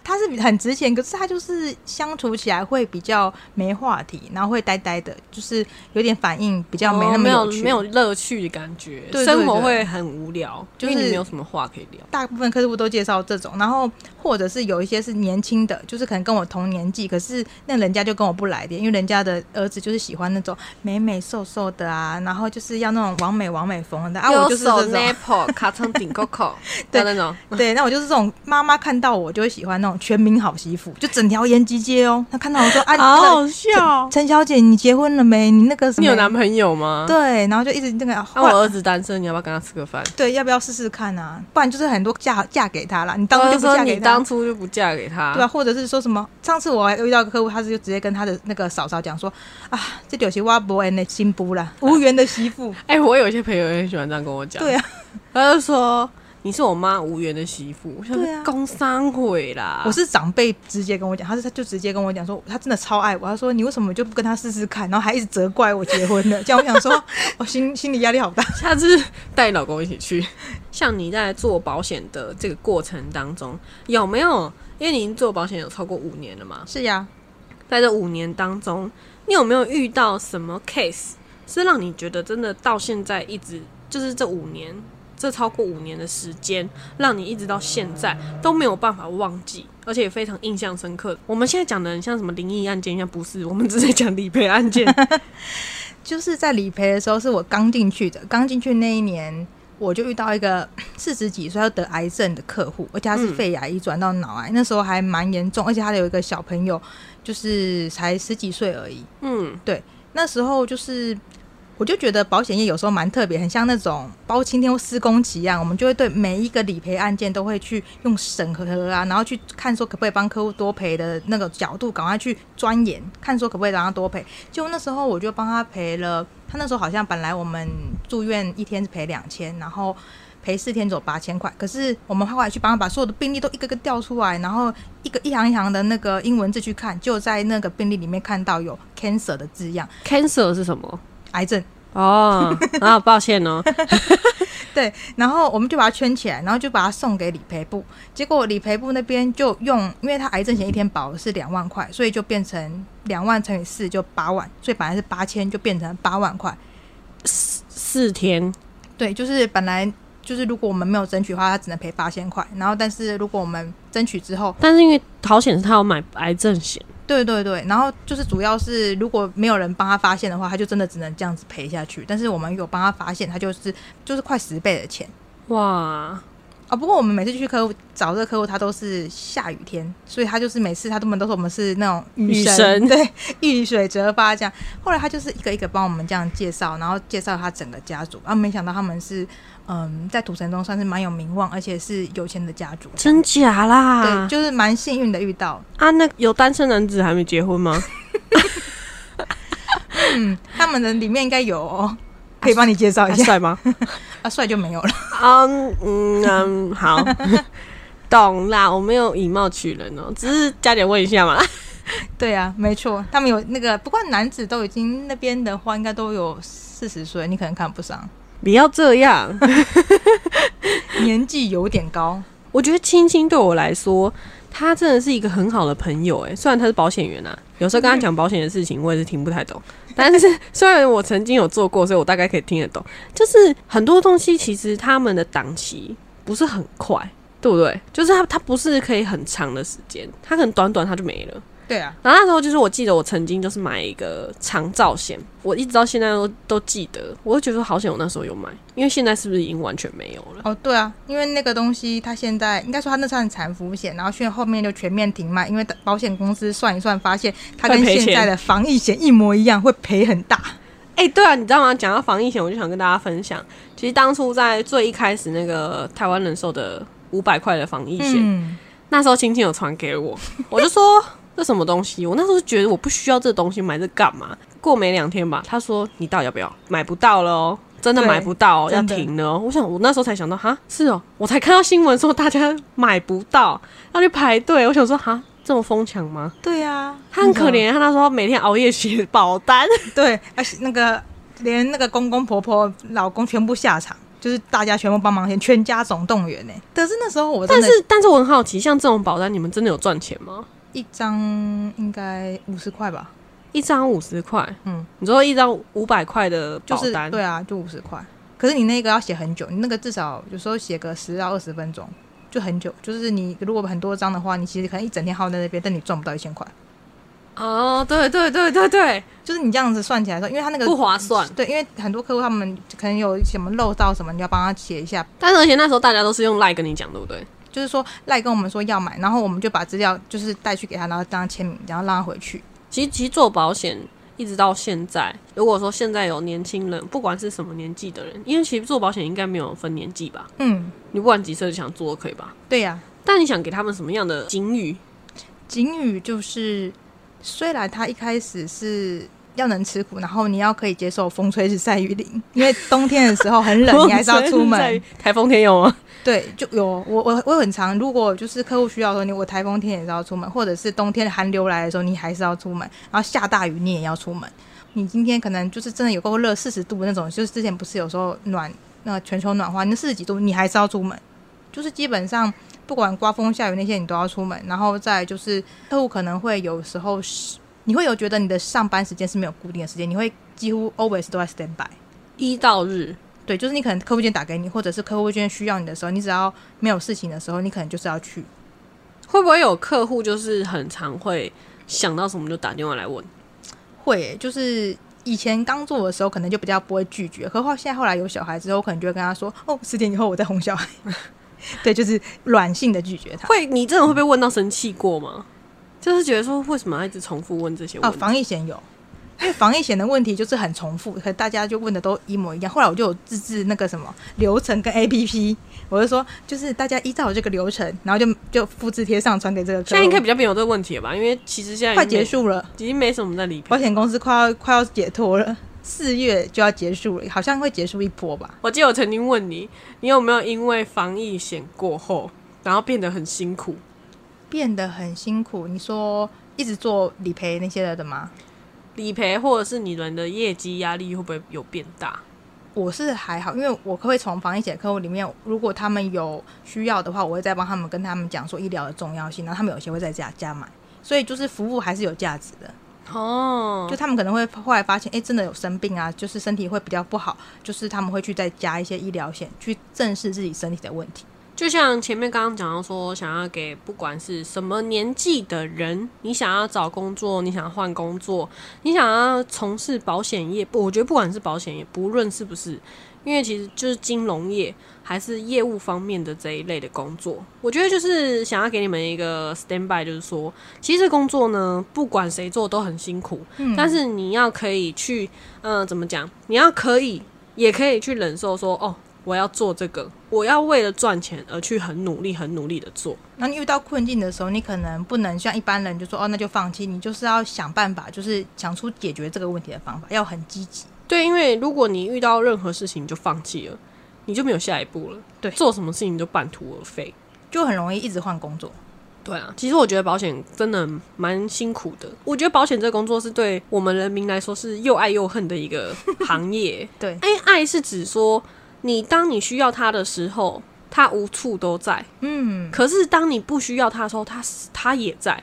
Speaker 2: 他是很值钱，可是他就是相处起来会比较没话题，然后会呆呆的，就是有点反应比较没那
Speaker 1: 哦
Speaker 2: 么
Speaker 1: 没有
Speaker 2: 趣。
Speaker 1: 没有乐趣的感觉，
Speaker 2: 对对
Speaker 1: 生活会很无聊，
Speaker 2: 就是
Speaker 1: 因为你没有什么话可以聊。
Speaker 2: 大部分客户都介绍这种，然后或者是有一些是年轻的，就是可能跟我同年纪，可是那人家就跟我不来电，因为人家的儿子就是喜欢那种美美瘦瘦的啊，然后就是要那种完美完美风 的啊，我就是这种，
Speaker 1: Apple 卡成顶 Coco
Speaker 2: 对
Speaker 1: 那种，
Speaker 2: 对，那我就是这种妈妈看到我就会喜欢那种全民好媳妇，就整条延吉街哦，她看到我说 啊，
Speaker 1: 好
Speaker 2: 那个
Speaker 1: 好笑。
Speaker 2: 陈小姐你结婚了没？你那个什
Speaker 1: 哦
Speaker 2: 么？
Speaker 1: 你有男朋友吗？。
Speaker 2: 对，然后就一直那个
Speaker 1: 啊那
Speaker 2: 后来
Speaker 1: 我儿子单身，你要不要跟他吃个饭？
Speaker 2: 对，要不要试试看啊？不然就是很多嫁嫁给他啦，你当初
Speaker 1: 或
Speaker 2: 就
Speaker 1: 者
Speaker 2: 不
Speaker 1: 哦说
Speaker 2: 嫁给
Speaker 1: 你
Speaker 2: 他，
Speaker 1: 当初就不嫁给他，
Speaker 2: 对啊吧、或者是说什么？上次我还遇到一个客户，他是就直接跟他的那个嫂嫂讲说啊，这有些挖不恩的新妇
Speaker 1: 啊
Speaker 2: 啦，无缘的媳妇。
Speaker 1: 哎、我有一些朋友也很喜欢这样跟我讲，
Speaker 2: 对啊，
Speaker 1: 他就说你是我妈无缘的媳妇，我想
Speaker 2: 对啊
Speaker 1: 工伤毁啦，
Speaker 2: 我是长辈直接跟我讲，他是他就直接跟我讲说，他真的超爱我。他说你为什么就不跟他试试看？然后还一直责怪我结婚了。这样我 想说，我心心理压力好大。
Speaker 1: 下次带你老公一起去。像你在做保险的这个过程当中，有没有？因为您做保险有超过五年了嘛，
Speaker 2: 是呀、
Speaker 1: 在这五年当中，你有没有遇到什么 case 是让你觉得真的到现在一直就是这五年，这超过五年的时间，让你一直到现在都没有办法忘记，而且也非常印象深刻？我们现在讲的很像什么灵异案件，像不是，我们只是讲理赔案件。
Speaker 2: 就是在理赔的时候，是我刚进去的，刚进去那一年。我就遇到一个四十几岁要得癌症的客户，而且他是
Speaker 1: 嗯
Speaker 2: 肺癌移转到脑癌，那时候还蛮严重，而且他有一个小朋友，就是才十几岁而已。
Speaker 1: 嗯，
Speaker 2: 那时候就是，我就觉得保险业有时候蛮特别，很像那种包青天或施工期一样，我们就会对每一个理赔案件都会去用审核啊，然后啊去看说可不可以帮客户多赔的那个角度，赶快去钻研，看说可不可以让他多赔。就那时候我就帮他赔了，他那时候好像本来我们住院一天是赔两千，然后。赔四天走八千块，可是我们后来去帮他把所有的病例都一个个调出来，然后一个一行一行的那个英文字去看，就在那个病历里面看到有 cancer 的字样，
Speaker 1: cancer 是什么？
Speaker 2: 癌症。
Speaker 1: 哦，啊，抱歉哦，
Speaker 2: 对，然后我们就把它圈起来，然后就把它送给理赔部。结果理赔部那边就用，因为他癌症险一天保是两万块，所以就变成两万乘以四就八万，所以本来是八千就变成八万块。
Speaker 1: 四天，
Speaker 2: 对，就是本来就是如果我们没有争取的话，他只能赔八千块。然后但是如果我们争取之后，
Speaker 1: 但是因为保险是他要买癌症险，
Speaker 2: 对对对，然后就是主要是如果没有人帮他发现的话，他就真的只能这样子赔下去。但是我们有帮他发现，他就是就是快十倍的钱。
Speaker 1: 哇，
Speaker 2: 啊、不过我们每次去客户找这个客户，他都是下雨天，所以他就是每次他们都说我们是那种雨神，
Speaker 1: 雨神
Speaker 2: 对，遇水则发这样。后来他就是一个一个帮我们这样介绍，然后介绍他整个家族，啊，没想到他们是嗯在土城中算是蛮有名望，而且是有钱的家族，
Speaker 1: 真假啦？
Speaker 2: 对，就是蛮幸运的遇到。
Speaker 1: 啊，那有单身男子还没结婚吗？
Speaker 2: 嗯，他们的里面应该有、哦，可以帮你介绍一
Speaker 1: 还
Speaker 2: 下。
Speaker 1: 帅吗？
Speaker 2: 啊，帅就没有了，
Speaker 1: 哎 嗯嗯嗯，好， 懂啦，我没有以貌取人哦、只是加点问一下嘛。
Speaker 2: 对啊，没错，他们有那个，不过男子都已经那边的话，应该都有四十岁，你可能看不上。
Speaker 1: 不要这样，
Speaker 2: 年纪有点高，
Speaker 1: 我觉得青青对我来说，他真的是一个很好的朋友、哎，虽然他是保险员啊，有时候跟他讲保险的事情，我也是听不太懂。 但是虽然我曾经有做过，所以我大概可以听得懂。就是很多东西其实他们的档期不是很快，对不对？就是他他不是可以很长的时间，他可能短短他就没了。
Speaker 2: 对啊，
Speaker 1: 然后那时候就是我记得我曾经就是买一个长照险，我一直到现在都都记得，我就觉得好险我那时候有买，因为现在是不是已经完全没有了？
Speaker 2: 哦对啊，因为那个东西它现在应该说它那算产服险，然后去后面就全面停卖，因为保险公司算一算发现它跟
Speaker 1: 会赔钱
Speaker 2: 现在的防疫险一模一样，会赔很大。
Speaker 1: 哎、对啊，你知道吗？讲到防疫险，我就想跟大家分享，其实当初在最一开始那个台湾人寿的五百块的防疫险，
Speaker 2: 嗯，
Speaker 1: 那时候青青有传给 我，我就说这什么东西？我那时候就觉得我不需要这东西，买这干嘛？过没两天吧，他说你到底要不要？买不到了哦，真的
Speaker 2: 对
Speaker 1: 买不到哦，要
Speaker 2: 真的
Speaker 1: 停了哦。我想我那时候才想到，哈，是哦，我才看到新闻说大家买不到，要去排队。我想说，哈，这么疯抢吗？
Speaker 2: 对啊，嗯
Speaker 1: 他很可怜，他那时候每天熬夜写保单，
Speaker 2: 对，而且那个连那个公公婆婆、老公全部下场，就是大家全部帮忙，先全家总动员呢。可是那时候我真
Speaker 1: 但
Speaker 2: 的
Speaker 1: 是但是我很好奇，像这种保单，你们真的有赚钱吗？
Speaker 2: 一张应该五十块吧，
Speaker 1: 一张五十块，
Speaker 2: 嗯，
Speaker 1: 你说一张五百块的
Speaker 2: 就
Speaker 1: 保
Speaker 2: 是
Speaker 1: 单，
Speaker 2: 对啊，就五十块。可是你那个要写很久，你那个至少有时候写个十到二十分钟，就很久。就是你如果很多张的话，你其实可能一整天耗在那边，但你赚不到一千块。
Speaker 1: 哦，对对对对对，
Speaker 2: 就是你这样子算起来说，因为他那个
Speaker 1: 不划算。
Speaker 2: 对，因为很多客户他们可能有什么漏到什么，你要帮他写一下，
Speaker 1: 但是而且那时候大家都是用赖跟你讲，对不对？
Speaker 2: 就是说赖跟我们说要买，然后我们就把资料就是带去给他，然后让他签名，然后让他回去。
Speaker 1: 其实其实做保险一直到现在，如果说现在有年轻人，不管是什么年纪的人，因为其实做保险应该没有分年纪吧，
Speaker 2: 嗯，
Speaker 1: 你不管几岁就想做都可以吧。
Speaker 2: 对呀、
Speaker 1: 但你想给他们什么样的警语？
Speaker 2: 警语就是，虽然他一开始是要能吃苦，然后你要可以接受风吹日晒雨淋，因为冬天的时候很 冷，你还是要出门。，
Speaker 1: 台风天有吗？
Speaker 2: 对，就有我我我很常，如果就是客户需要的时候，你我台风天也是要出门，或者是冬天寒流来的时候，你还是要出门，然后下大雨你也要出门。你今天可能就是真的有够热，四十度那种，就是之前不是有时候暖那个全球暖化，那四十几度你还是要出门，就是基本上不管刮风下雨那些你都要出门。然后再来就是客户可能会有时候是，你会有觉得你的上班时间是没有固定的时间，你会几乎 always 都在 stand by。
Speaker 1: 一到日，
Speaker 2: 对，就是你可能客户间打给你，或者是客户间需要你的时候，你只要没有事情的时候，你可能就是要去。
Speaker 1: 会不会有客户就是很常会想到什么就打电话来问？
Speaker 2: 会耶、就是以前刚做的时候，可能就比较不会拒绝，可后现在后来有小孩之后，我可能就会跟他说：“哦，十点以后我在哄小孩。”对，就是软性的拒绝他。
Speaker 1: 会，你真的会被问到生气过吗？就是觉得说为什么要一直重复问这些
Speaker 2: 啊，
Speaker 1: 问题？
Speaker 2: 防疫险有，因为防疫险的问题就是很重复，可大家就问的都一模一样。后来我就有自制那个什么流程跟 APP，我就说就是大家依照我这个流程，然后就就复制贴上传给这个客户。
Speaker 1: 现在应该比较没有这个问题了吧？因为其实现在
Speaker 2: 快
Speaker 1: 已经没
Speaker 2: 结，束了。
Speaker 1: 已经没什么在理赔
Speaker 2: 保。险公司快要快要解脱了，四月就要结束了，好像会结束一波吧。
Speaker 1: 我记得我曾经问你，你有没有因为防疫险过后，然后变得很辛苦？
Speaker 2: 变得很辛苦，你说一直做理赔那些的吗？
Speaker 1: 理赔或者是你们的业绩压力会不会有变大？
Speaker 2: 我是还好，因为我会从防疫险客户里面，如果他们有需要的话，我会再帮他们跟他们讲说医疗的重要性，然后他们有些会在家家买，所以就是服务还是有价值的。
Speaker 1: 哦，
Speaker 2: 就他们可能会后来发现，哎、真的有生病啊，就是身体会比较不好，就是他们会去再加一些医疗险，去正视自己身体的问题。
Speaker 1: 就像前面刚刚讲到说，想要给不管是什么年纪的人，你想要找工作，你想要换工作，你想要从事保险业，不我觉得不管是保险业，不论是不是，因为其实就是金融业还是业务方面的这一类的工作，我觉得就是想要给你们一个 stand by，就是说，其实这工作呢，不管谁做都很辛苦，
Speaker 2: 嗯
Speaker 1: 但是你要可以去，嗯、怎么讲？你要可以，也可以去忍受说，哦，我要做这个，我要为了赚钱而去很努力、很努力的做。
Speaker 2: 那你遇到困境的时候，你可能不能像一般人就说哦，那就放弃，你就是要想办法，就是想出解决这个问题的方法，要很积极。
Speaker 1: 对，因为如果你遇到任何事情就放弃了，你就没有下一步了。
Speaker 2: 对
Speaker 1: 做什么事情都半途而废。
Speaker 2: 就很容易一直换工作。
Speaker 1: 对啊，其实我觉得保险真的蛮辛苦的。我觉得保险这个工作是对我们人民来说是又爱又恨的一个行业。
Speaker 2: 对
Speaker 1: 哎，爱是指说你当你需要它的时候，它无处都在；
Speaker 2: 嗯，
Speaker 1: 可是当你不需要它的时候，它它也在。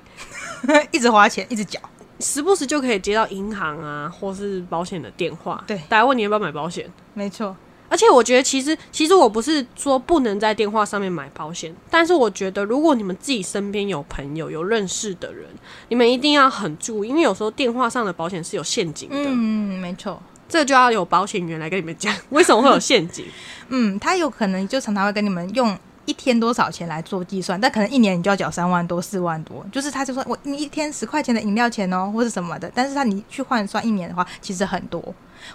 Speaker 2: 一直花钱，一直缴。
Speaker 1: 时不时就可以接到银行啊，或是保险的电话，
Speaker 2: 对
Speaker 1: 大家问你要不要买保险，
Speaker 2: 嗯没错，
Speaker 1: 而且我觉得，其实其实我不是说不能在电话上面买保险，但是我觉得，如果你们自己身边有朋友、有认识的人，你们一定要很注意，因为有时候电话上的保险是有陷阱的，
Speaker 2: 嗯，没错。
Speaker 1: 这就要有保险员来跟你们讲为什么会有陷阱。
Speaker 2: 嗯，他有可能就常常会跟你们用一天多少钱来做计算，但可能一年你就要缴三万多、四万多，就是他就说我你一天十块钱的饮料钱哦，或是什么的，但是他你去换算一年的话，其实很多。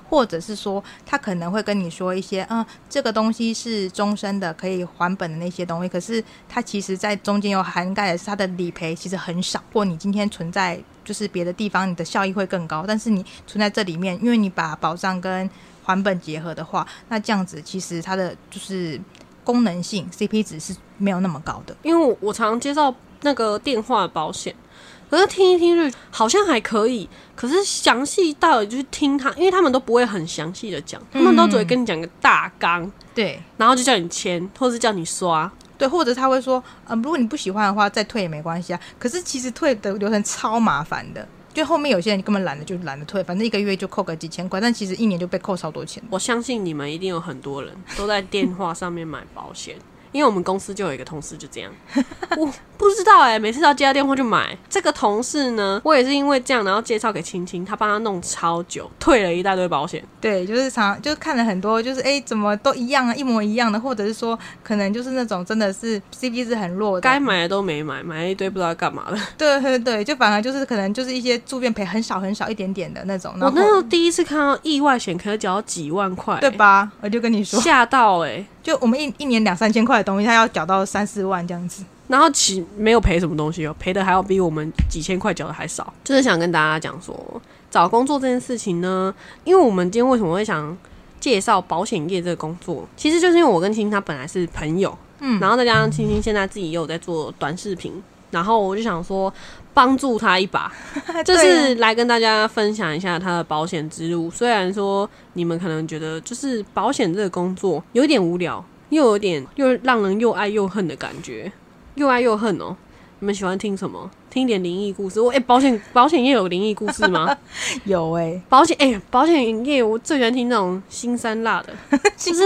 Speaker 2: 或者是说，他可能会跟你说一些，嗯，这个东西是终身的，可以还本的那些东西。可是它其实，在中间有涵盖的是它的理赔其实很少。或你今天存在就是别的地方，你的效益会更高，但是你存在这里面，因为你把保障跟还本结合的话，那这样子其实它的就是功能性 CP 值是没有那么高的。
Speaker 1: 因为我我常接到那个电话保险，可是听一听就好像还可以，可是详细到底就是听他，因为他们都不会很详细的讲，他们都只会跟你讲个大纲，
Speaker 2: 对
Speaker 1: 然后就叫你签，或是叫你刷。
Speaker 2: 对，或者他会说，嗯，如果你不喜欢的话，再退也没关系啊。可是其实退的流程超麻烦的。就后面有些人根本懒得就懒得退，反正一个月就扣个几千块，但其实一年就被扣超多钱。
Speaker 1: 我相信你们一定有很多人都在电话上面买保险，因为我们公司就有一个同事就这样，我不知道哎、每次要接到电话就买。这个同事呢，我也是因为这样，然后介绍给青青，他帮他弄超久，退了一大堆保险。
Speaker 2: 对，就是常就是看了很多，就是哎、怎么都一样啊，一模一样的，或者是说可能就是那种真的是 CP 值很弱的，
Speaker 1: 该买的都没买，买了一堆不知道干嘛的。
Speaker 2: 对对对，就反而就是可能就是一些住院赔很少很少一点点的那种，
Speaker 1: 我
Speaker 2: 然
Speaker 1: 那时
Speaker 2: 后
Speaker 1: 候第一次看到意外险可以缴到几万块、欸
Speaker 2: 对？吧？我就跟你说，
Speaker 1: 吓到哎、
Speaker 2: 就我们一一年两三千块的东西，他要缴到三四万这样子。
Speaker 1: 然后其没有赔什么东西哦，赔的还要比我们几千块缴的还少。就是想跟大家讲说，找工作这件事情呢，因为我们今天为什么会想介绍保险业这个工作，其实就是因为我跟青青他本来是朋友，
Speaker 2: 嗯
Speaker 1: 然后再加上青青现在自己也有在做短视频，然后我就想说帮助他一 把，就
Speaker 2: 对啊
Speaker 1: 是来跟大家分享一下他的保险之路。虽然说你们可能觉得就是保险这个工作有点无聊，又有点又让人又爱又恨的感觉，又爱又恨哦。你们喜欢听什么？听一点灵异故事。我哎、保险保险业有灵异故事吗？
Speaker 2: 有哎、
Speaker 1: 保险哎、保险业我最喜欢听那种新三辣的，
Speaker 2: 其实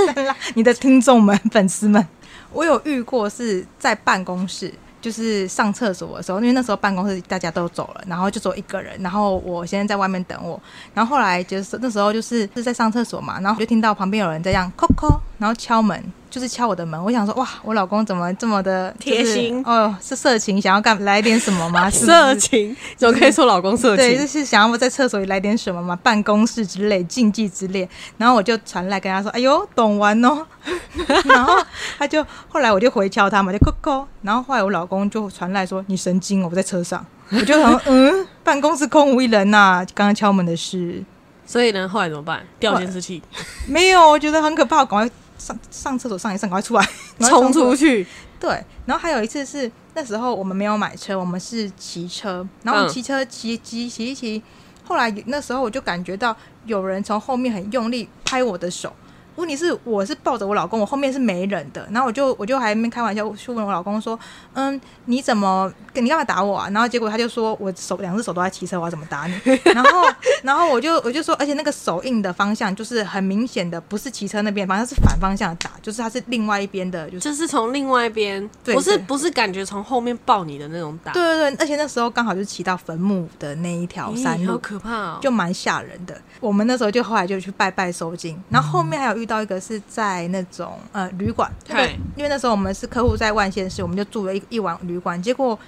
Speaker 2: 你的听众们、粉丝们，我有遇过是在办公室，就是上厕所的时候，因为那时候办公室大家都走了，然后就只有一个人，然后我先生在外面等我，然后后来就是那时候就是是在上厕所嘛，然后我就听到旁边有人在这样叩叩，然后敲门。就是敲我的门，我想说哇，我老公怎么这么的就是
Speaker 1: 贴心
Speaker 2: 哦？是色情，想要干来点什么 吗？是不是
Speaker 1: 色情，怎么可以说老公色
Speaker 2: 对，
Speaker 1: 情
Speaker 2: 就？是想要在厕所里来点什么嘛，办公室之类、禁忌之类。然后我就传来跟他说：“哎呦，懂玩哦。” 然后他就后来我就回敲他嘛，就扣扣。然后后来我老公就传来说：“你神经哦，我在车上。”我就想说，嗯，办公室空无一人呐、刚刚敲门的是
Speaker 1: 所以呢，后来怎么办？掉监视器，
Speaker 2: 没有，我觉得很可怕，赶快上上厕所上一上，赶快出来，赶快
Speaker 1: 冲
Speaker 2: 来
Speaker 1: 出去，
Speaker 2: 对，然后还有一次是那时候我们没有买车，我们是骑车，然后我
Speaker 1: 嗯
Speaker 2: 们骑车骑骑骑一骑，后来那时候我就感觉到有人从后面很用力拍我的手。问题是我是抱着我老公，我后面是没人的，然后我就我就还没开玩笑去问我老公说，嗯，你怎么你干嘛打我啊？然后结果他就说我手两只手都在骑车，我要怎么打你？然后然后我就我就说，而且那个手印的方向就是很明显的，不是骑车那边，反正是反方向打，就是它是另外一边的，就是。
Speaker 1: 就是从另外一边，
Speaker 2: 对
Speaker 1: 不是
Speaker 2: 对
Speaker 1: 不是感觉从后面抱你的那种打，
Speaker 2: 对对对，而且那时候刚好就骑到坟墓的那一条
Speaker 1: 咦，
Speaker 2: 山
Speaker 1: 好
Speaker 2: 路，
Speaker 1: 可怕哦！
Speaker 2: 就蛮吓人的。我们那时候就后来就去拜拜收金，然后后面还有遇到一个是在那种呃旅馆，那个
Speaker 1: 嗨
Speaker 2: 因为那时候我们是客户在万县市，我们就住了一一晚旅馆，结果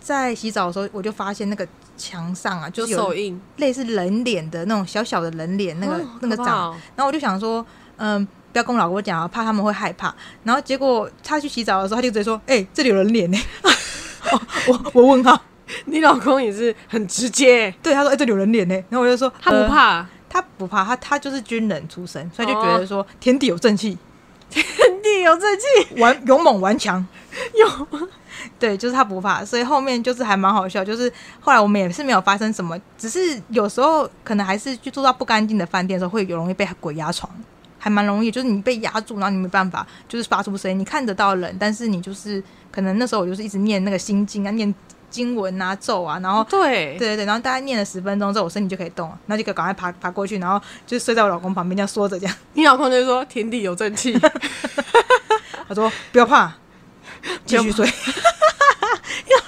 Speaker 2: 在洗澡的时候我就发现那个墙上啊，就
Speaker 1: 就是
Speaker 2: 有
Speaker 1: 手印，
Speaker 2: 类似人脸的那种小小的人脸，那个、
Speaker 1: 哦
Speaker 2: 那
Speaker 1: 好可
Speaker 2: 个长
Speaker 1: 怕哦
Speaker 2: 然后我就想说，嗯，不要跟我老公讲啊，怕他们会害怕。然后结果嗯他去洗澡的时候，他就直接说：“哎、这里有人脸呢、 哦我我问他，
Speaker 1: 你老公也是很直接，
Speaker 2: 对，他说：“哎、这里有人脸呢、然后我就说：“
Speaker 1: 他不
Speaker 2: 呃
Speaker 1: 怕，
Speaker 2: 他不怕，他他就是军人出身，所以他就
Speaker 1: 哦
Speaker 2: 觉得说、天地有正 气，
Speaker 1: 你有这气，
Speaker 2: 顽勇猛顽强，有 对，就是他不怕，所以后面就是还蛮好笑。就是后来我们也是没有发生什么，只是有时候可能还是去住到不干净的饭店的时候，会有容易被鬼压床，还蛮容易，就是你被压住，然后你没办法，就是发出声音，你看得到人，但是你就是可能那时候我就是一直念那个心经啊，念经文啊、咒啊，然后
Speaker 1: 对
Speaker 2: 对对对，然后大概念了十分钟之后，我身体就可以动了，然后就赶快爬爬过去，然后就睡在我老公旁边这样缩着这样。
Speaker 1: 你老公就说天地有正 气，
Speaker 2: 他说不要怕，继续睡。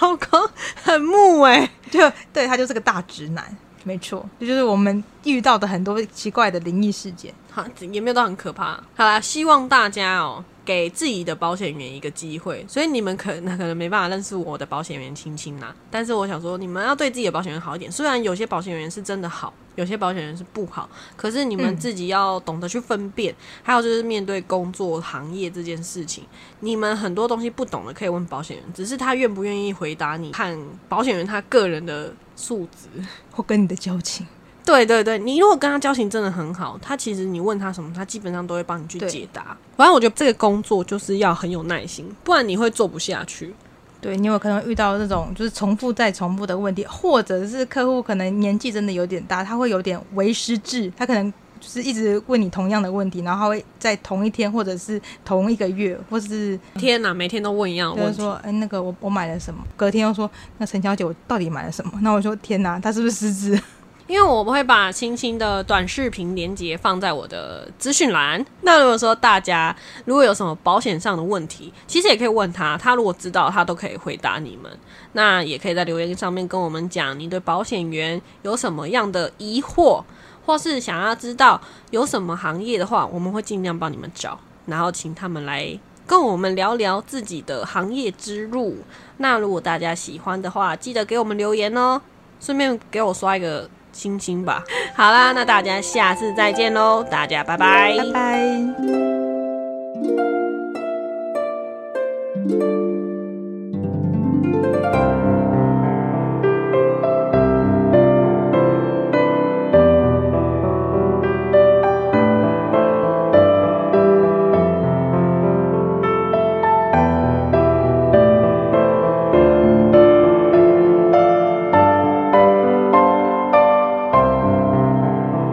Speaker 1: 老公很木哎、
Speaker 2: 就对他就是个大直男，没错，这就是我们遇到的很多奇怪的灵异事件。
Speaker 1: 好也没有到很可怕。好啦，希望大家哦、给自己的保险员一个机会。所以你们可能可能没办法认识我的保险员亲亲啦，但是我想说，你们要对自己的保险员好一点。虽然有些保险员是真的好，有些保险员是不好，可是你们
Speaker 2: 嗯
Speaker 1: 自己要懂得去分辨。还有就是面对工作行业这件事情，你们很多东西不懂的可以问保险员，只是他愿不愿意回答你，看保险员他个人的素质。
Speaker 2: 或跟你的交情，
Speaker 1: 对对对，你如果跟他交情真的很好，他其实你问他什么，他基本上都会帮你去
Speaker 2: 对
Speaker 1: 解答。反正我觉得这个工作就是要很有耐心，不然你会做不下去。
Speaker 2: 对你有可能遇到那种就是重复再重复的问题，或者是客户可能年纪真的有点大，他会有点为失智，他可能就是一直问你同样的问题，然后他会在同一天或者是同一个月，或是
Speaker 1: 天哪，每天都问一样的
Speaker 2: 就
Speaker 1: 问
Speaker 2: 是
Speaker 1: 题，
Speaker 2: 说，哎，那个我我买了什么？隔天又说，那陈小姐我到底买了什么？那我说，天哪，他是不是失智？
Speaker 1: 因为我会把星星的短视频连接放在我的资讯栏。那如果说大家如果有什么保险上的问题，其实也可以问他，他如果知道，他都可以回答你们。那也可以在留言上面跟我们讲你对保险员有什么样的疑惑，或是想要知道有什么行业的话，我们会尽量帮你们找，然后请他们来跟我们聊聊自己的行业之路。那如果大家喜欢的话，记得给我们留言哦。顺便给我刷一个星星吧。好啦，那大家下次再见喽，大家拜拜
Speaker 2: 拜拜。